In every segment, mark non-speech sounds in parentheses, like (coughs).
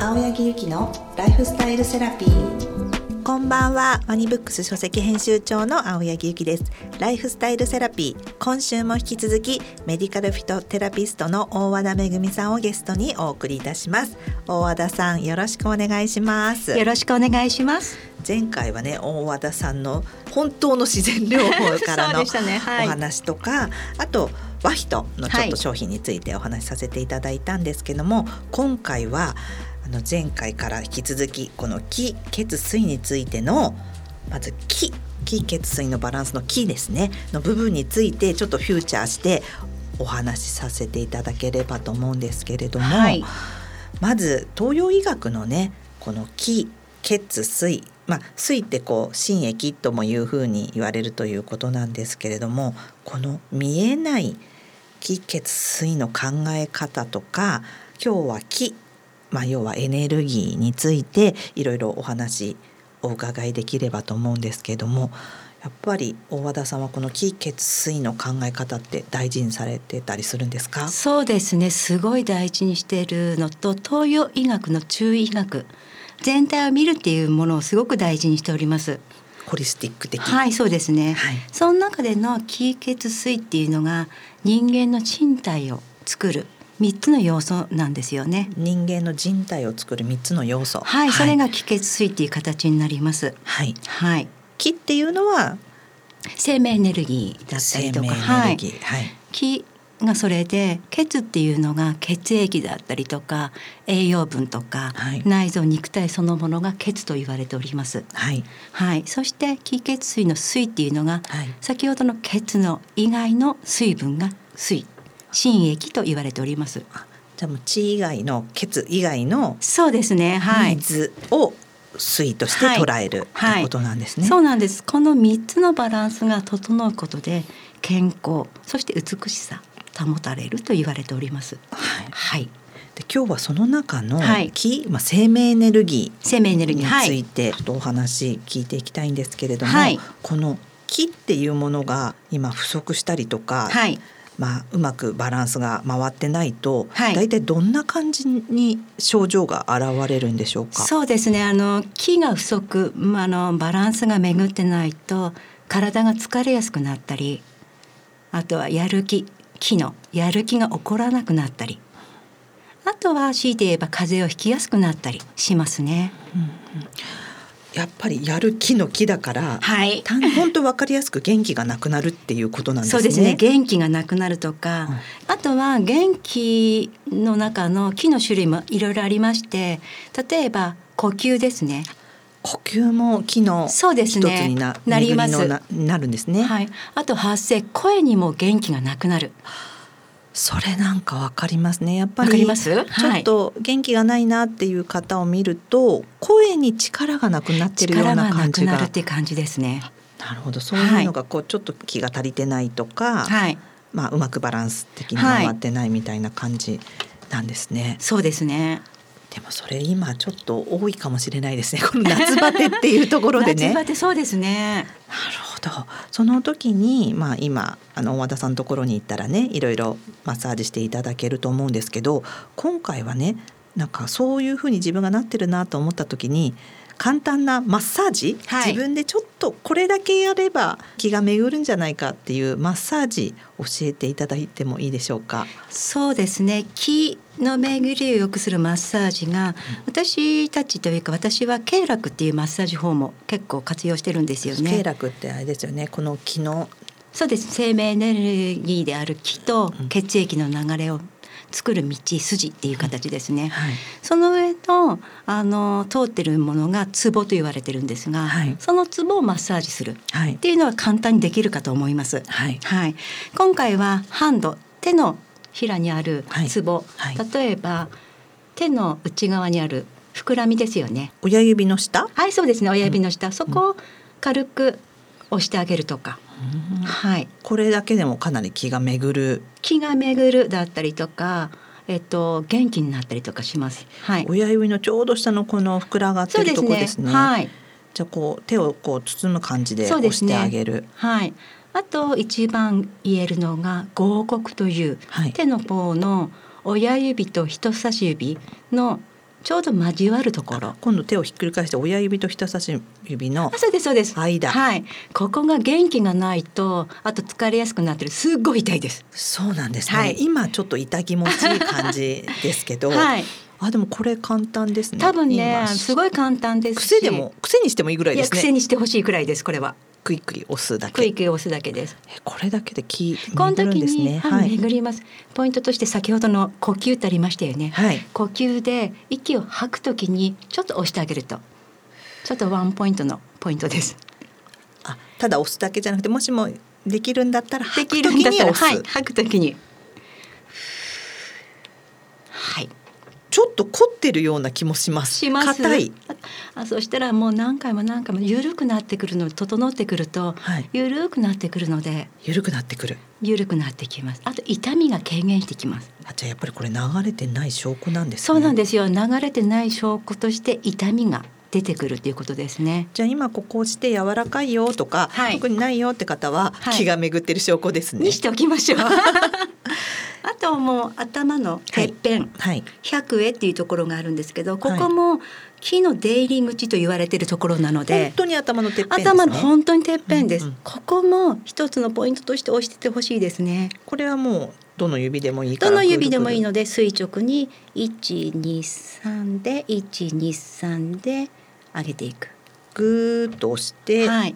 青柳ゆきのライフスタイルセラピーこんばんはワニブックス書籍編集長の青柳ゆきですライフスタイルセラピー今週も引き続きメディカルフィトテラピストの大和田恵さんをゲストにお送りいたします大和田さんよろしくお願いしますよろしくお願いします前回はね大和田さんの本当の自然療法から (laughs) のねはい、お話とか、あと和人のちょっと商品についてお話しさせていただいたんですけども、はい、今回はあの前回から引き続きこの気血水についてのまず気気血水のバランスの気ですねの部分についてちょっとフューチャーしてお話しさせていただければと思うんですけれども、はい、まず東洋医学のねこの気血水まあ、水ってこう心液ともいうふうに言われるということなんですけれどもこの見えない気血水の考え方とか今日は気、まあ、要はエネルギーについていろいろお話お伺いできればと思うんですけれどもやっぱり大和田さんはこの気血水の考え方って大事にされてたりするんですかそうですねすごい大事にしているのと東洋医学の中医学全体を見るっていうものをすごく大事にしております。ホリスティック的。はい、そうですね。はい、その中での気血水っていうのが人間の身体を作る三つの要素なんですよね。人間の人体を作る三つの要素。はい、はい、それが気血水っていう形になります。はい。はい。気っていうのは生命エネルギーだったりとか、はい。はい。気がそれで血っていうのが血液だったりとか栄養分とか、はい、内臓肉体そのものが血と言われております。はい、はい、そして気血水の水っていうのが、はい、先ほどの血の以外の水分が水心液と言われております。じゃあもう血以外の血以外のそうですねはい水を水として捉える、はい、ということなんですね。そうなんです。この三つのバランスが整うことで健康そして美しさ。保たれると言われております。はい。はい、で今日はその中の気、はい、まあ生命エネルギー生命エネルギーについてちょっとお話聞いていきたいんですけれども、はい、この気っていうものが今不足したりとか、はい、まあうまくバランスが回ってないと、はい、大体どんな感じに症状が現れるんでしょうか。そうですね。あの気が不足、まああのバランスが巡ってないと体が疲れやすくなったり、あとはやる気気のやる気が起こらなくなったりあとは強いて言えば風邪をひきやすくなったりしますね。うんうん、やっぱりやる気の気だから、はい、 (coughs) 本当わかりやすく元気がなくなるっていうことなんですね。そうですね。元気がなくなるとか、うん、あとは元気の中の気の種類もいろいろありまして、例えば呼吸ですね。呼吸も気の一つにな,、ね、なりますななるんですね、はい、あと発声声にも元気がなくなるそれなんかわかりますねやっぱりかります、はい、ちょっと元気がないなっていう方を見ると、声に力がなくなってるような感じがなくなるって感じですねなるほどそういうのがこうちょっと気が足りてないとか、はい、まあうまくバランス的に回ってないみたいな感じなんですね、はい、そうですねでもそれ今ちょっと多いかもしれないですね。 (laughs) この夏バテっていうところで (laughs) ね。夏バテそうですね。なるほど。その時にまあ今あの和田さんのところに行ったらね、いろいろマッサージしていただけると思うんですけど、今回はね、なんかそういうふうに自分がなってるなと思った時に。簡単なマッサージ、、はい自分でちょっとこれだけやれば気が巡るんじゃないかっていうマッサージ教えていただいてもいいでしょうかそうですね気の巡りを良くするマッサージが、うん、私たちというか私は経絡っていうマッサージ法も結構活用してるんですよね経絡ってあれですよねこの気のそうです生命エネルギーである気と血液の流れを作る道筋っていう形ですね、はい、その上のあの通ってるものがツボと言われてるんですが、はい、そのツボをマッサージするっていうのは簡単にできるかと思います。はい、はい、今回はハンド手のひらにあるツボ、例えば手の内側にある膨らみですよね。親指の下？はい、そうですね。親指の下、うん、そこを軽く押してあげるとか、うん、はい。これだけでもかなり気が巡る。気が巡るだったりとか。えっと、元気になったりとかします。はい、親指のちょうど下のこの膨らがってる、ね、とこですね。はい。じゃあ、こう手をこう包む感じで押してあげる。ね、はい。あと一番言えるのが合谷という、はい、手の方の親指と人差し指のちょうど交わるところ今度手をひっくり返して親指と人差し指のあそうですそうです間はいここが元気がないとあと疲れやすくなってるすっごい痛いですそうなんですね、はい今ちょっと痛気持ちいい感じですけど、 (laughs) はいあでもこれ簡単ですね多分ね今すごい簡単ですし癖でも癖にしてもいいぐらいいでやすね癖にしてほしいくらいですこれはクイクイ押すだクけイクイ押すだけですえこれだけで気この巡る時んですに、ねは、はいい、巡りますポイントとして先ほどの呼吸ってありましたよね、はい、呼吸で息を吐くときにちょっと押してあげるとちょっとワンポイントのポイントですあただ押すだけじゃなくてもしもできるんだったらで吐きくる時んにだったら押す、はい吐くときにはいちょっと凝ってるような気もしますします硬いあそしたらもう何回も何回も緩くなってくるの整ってくるとはい緩くなってくるので緩くなってくる緩くなってきますあと痛みが軽減してきますあじゃあやっぱりこれ流れてない証拠なんですねそうなんすですよ流れてない証拠として痛みが出てくるということですねじゃあ今ここをして柔らかいよとか、はい特にないよって方ははい気が巡ってる証拠ですねにし。ておき (laughs) ましょうあともう頭のてっぺん、はい、百会っていうところがあるんですけどここも木の出入り口と言われてるところなの本で、当に頭のてっぺんですね。頭の本当にてっぺんです、うんうんここも一つのポイントとして押しててほしいですねこれはもうどの指でもいいかどら。の指でもいいぐるので垂直に123で123で上げていくぐる。ぐーっと押して、はい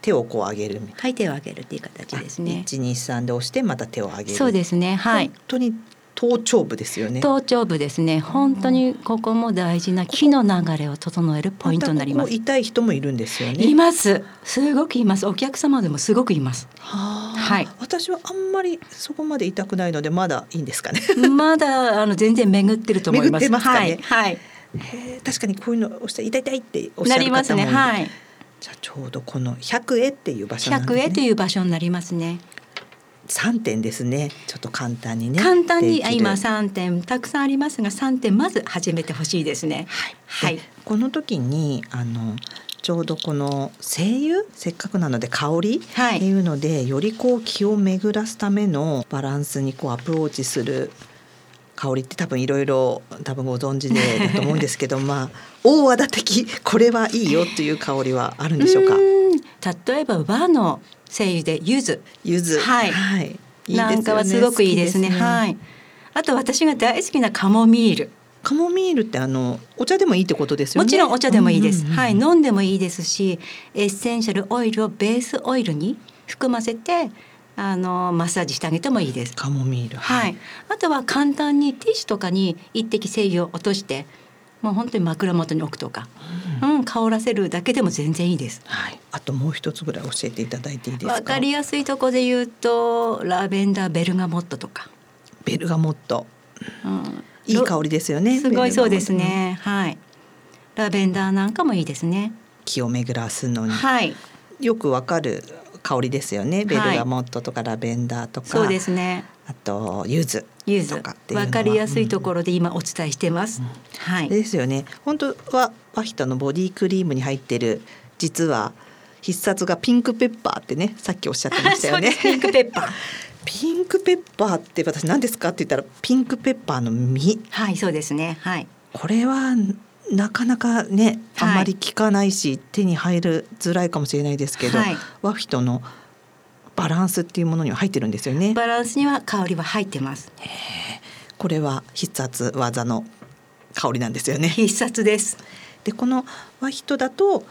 手をこう上げるみたいはい手を上げるっていう形な。ですね一二三で押してまた手を上げる。そうす。ですねはい本当に頭頂部ですよね。頭頂部ですね本当にここも大事な木の流れを整えるポイントになりままたここす痛い人もいるんですよね。いますすごくいますお客様でもすごくいます (laughs) はあはい私はあんまりそこまで痛くないのでまだいいんですかね。まだあの全然巡ってると思いま巡ってすますかねはい、はい、へー確かにこういうの押して痛い痛いっておっしゃなるります方もいねる。はいじゃあちょうどこの百円っていう場所なんで百ね。円という場所になりますね三点ですね。ちょっと簡単にね。簡単にあできる今三点たくさんありますが三点まず始めてほしいですねははいい。この時にあのちょうどこの精油せっかくなので香りはっていいうのでよりこう気を巡らすためのバランスにこうアプローチする香りって多分いろいろ多分ご存知でだと思うんですけど (laughs) まあ大和田的これはいいよという香りはあるんでしょうかう。ーん例えば和の精油で柚子柚子はいいいいですよねなんかはすごくいいですね好きはいあと私が大好きなカモミールカモミールってあのお茶でもいいってことですよね。もちろんお茶でもいいです、うんうんうんはい飲んでもいいですしエッセンシャルオイルをベースオイルに含ませてあのマッサージしてあげてもいいですカモミール。はい。あとは簡単にティッシュとかに一滴精油を落としてもう本当に枕元に置くとか、うん香らせるだけでも全然いいですはい。あともう一つぐらい教えていただいていいですか。わかりやすいとこで言うとラベンダーベルガモットとか、ベルガモット。うんいい香りですよね。すごベいルガモットそうです。ね。はい。ラベンダーなんかもいいですね。気を巡らすのにはい。よくわかる香りですよね。ベルガモットとかラベンダーとか。そうですね。あと柚子。ユズとかっていうのはわかりやすいところで今お伝えしてます。はい。ですよね。本当はワヒタのボディクリームに入ってる実は必殺がピンクペッパーってね、さっきおっしゃってましたよね。 (laughs) そうですピンクペッパ (laughs) ー。ピンクペッパーって私何ですかって言ったらピンクペッパーの実はい、そうですね。はい。これはなかなかねはいあまり効かないし、手に入るづらいかもしれないですけど、はいワフィトのバランスっていうものには入ってるんですよねバランスには香りは入ってます。これは必殺技の香りなんですよね必殺です。でこのワヒトだと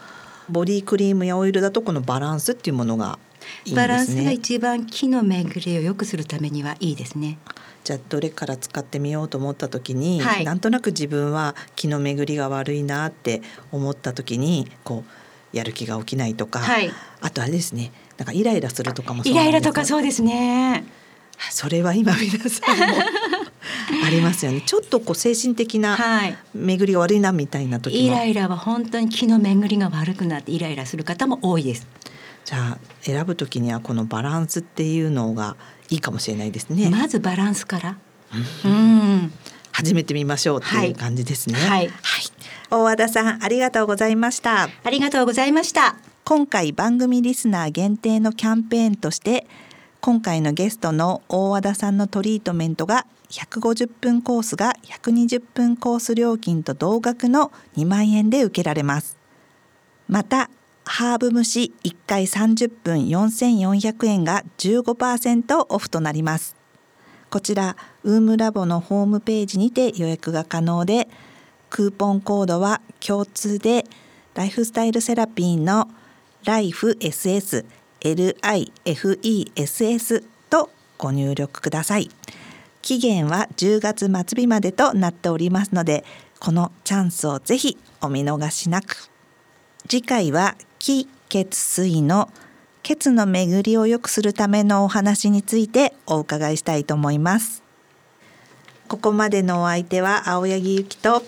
ボディクリームやオイルだとこのバランスっていうものがいいんバラでンすスがね一番木の巡りを良くするためにはいいですね。じゃあどれから使ってみようと思った時に、はいなんとなく自分は気の巡りが悪いなって思った時にこうやる気が起きないとか、はい。あとあれですねなんかイライラするとかもイライラとかうそうですね。なんですよそれは今皆さんも (laughs) ありますよねちょっとこう精神的なはい。巡りが悪いなみたいな時イもライラは本当に気の巡りが悪くなってイライラする方も多いです。じゃあ選ぶ時にはこのバランスっていうのがいいかもしれないですね、まずバランスから。うん。始めてみましょうってはいいう感じですねはい大和田さんありがとうございましたありがとうございました。今回番組リスナー限定のキャンペーンとして今回のゲストの大和田さんのトリートメントが150分コースが120分コース料金と同額の2万円で受けられますまたハーブ蒸し1回30分4400円が15%オフとなりますこちらウームラボのホームページにて予約が可能でクーポンコードは共通でライフスタイルセラピーのライフ SS LIFESS とご入力ください期限は10月末日までとなっておりますのでこのチャンスをぜひお見逃しなく次回は気・血・水の血の巡りを良くするためのお話についてお伺いしたいと思いますここまでのお相手は青柳ゆきと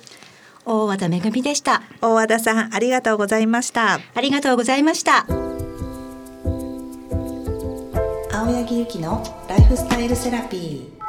大和田恵でした大和田さんありがとうございましたありがとうございました青柳ゆきのライフスタイルセラピー